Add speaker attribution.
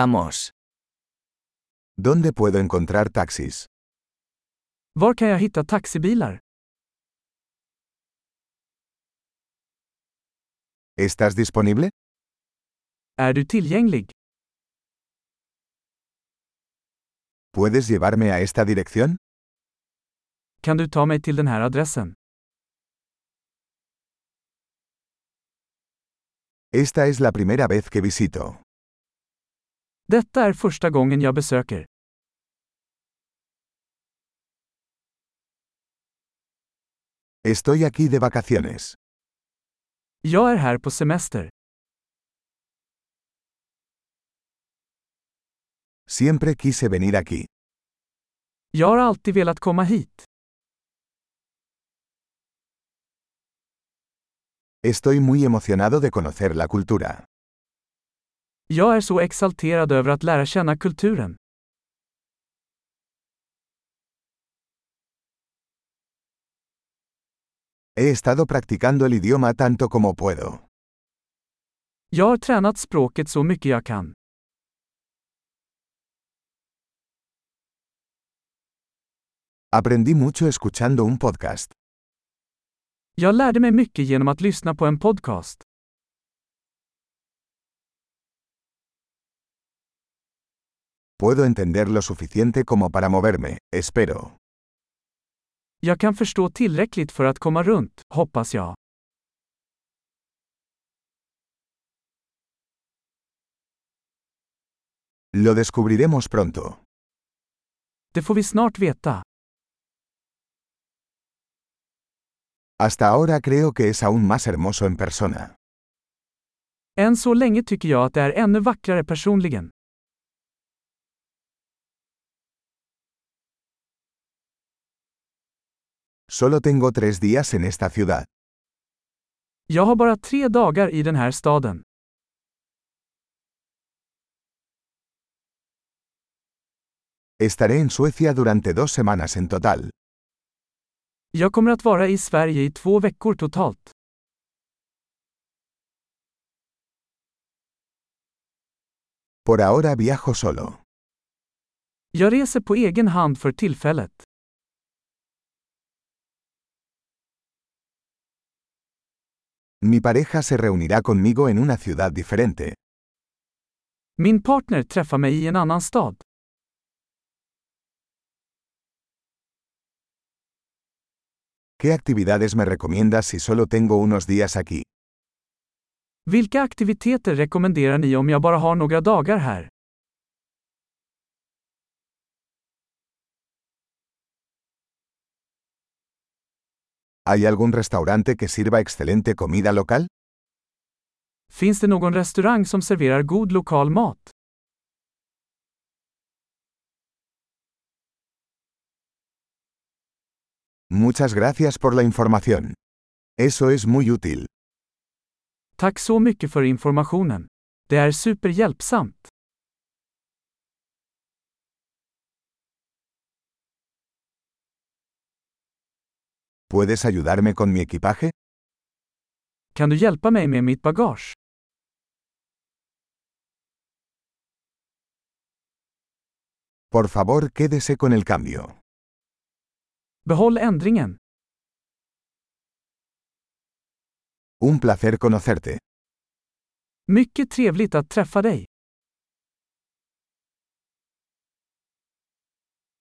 Speaker 1: Vamos.
Speaker 2: ¿Dónde puedo encontrar taxis?
Speaker 3: Var kan jag hitta taxibilar?
Speaker 2: ¿Estás disponible?
Speaker 3: Är du tillgänglig?
Speaker 2: ¿Puedes llevarme a esta dirección?
Speaker 3: Kan du ta mig till den här adressen?
Speaker 2: Esta es la primera vez que visito.
Speaker 3: Detta är första gången jag besöker.
Speaker 2: Estoy aquí de vacaciones.
Speaker 3: Jag är här på semester.
Speaker 2: Siempre quise venir aquí.
Speaker 3: Jag har alltid velat komma hit.
Speaker 2: Estoy muy emocionado de conocer la cultura.
Speaker 3: Jag är så exalterad över att lära känna kulturen.
Speaker 2: He estado practicando el idioma tanto como puedo.
Speaker 3: Jag har tränat språket så mycket jag kan.
Speaker 2: Aprendí mucho escuchando un podcast.
Speaker 3: Jag lärde mig mycket genom att lyssna på en podcast.
Speaker 2: Puedo entender lo suficiente como para moverme, espero.
Speaker 3: Jag kan förstå tillräckligt för att komma runt, hoppas jag.
Speaker 2: Lo descubriremos pronto.
Speaker 3: Det får vi snart veta.
Speaker 2: Hasta ahora creo que es aún más hermoso en persona.
Speaker 3: Än så länge tycker jag att det är ännu vackrare personligen.
Speaker 2: Solo tengo tres días en esta ciudad.
Speaker 3: Jag har bara tre dagar i den här staden.
Speaker 2: Estaré en Suecia durante dos semanas en total.
Speaker 3: Jag kommer att vara i Sverige i två veckor totalt.
Speaker 2: Por ahora viajo solo.
Speaker 3: Jag reser på egen hand för tillfället.
Speaker 2: Mi pareja se reunirá conmigo en una ciudad diferente.
Speaker 3: Min partner träffar mig i en annan stad.
Speaker 2: ¿Qué actividades me recomiendas si solo tengo unos días aquí?
Speaker 3: Vilka aktiviteter rekommenderar ni om jag bara har några dagar här?
Speaker 2: ¿Hay algún restaurante que sirva excelente comida local?
Speaker 3: Finns det någon restaurang som serverar god lokal mat?
Speaker 2: Muchas gracias por la información. Eso es muy útil.
Speaker 3: Tack så mycket för informationen. Det är superhjälpsamt.
Speaker 2: ¿Puedes ayudarme con mi equipaje?
Speaker 3: Kan du hjälpa mig med mitt bagage?
Speaker 2: Por favor, quédese con el cambio.
Speaker 3: Behåll ändringen.
Speaker 2: Un placer conocerte.
Speaker 3: Mycket trevligt att träffa dig.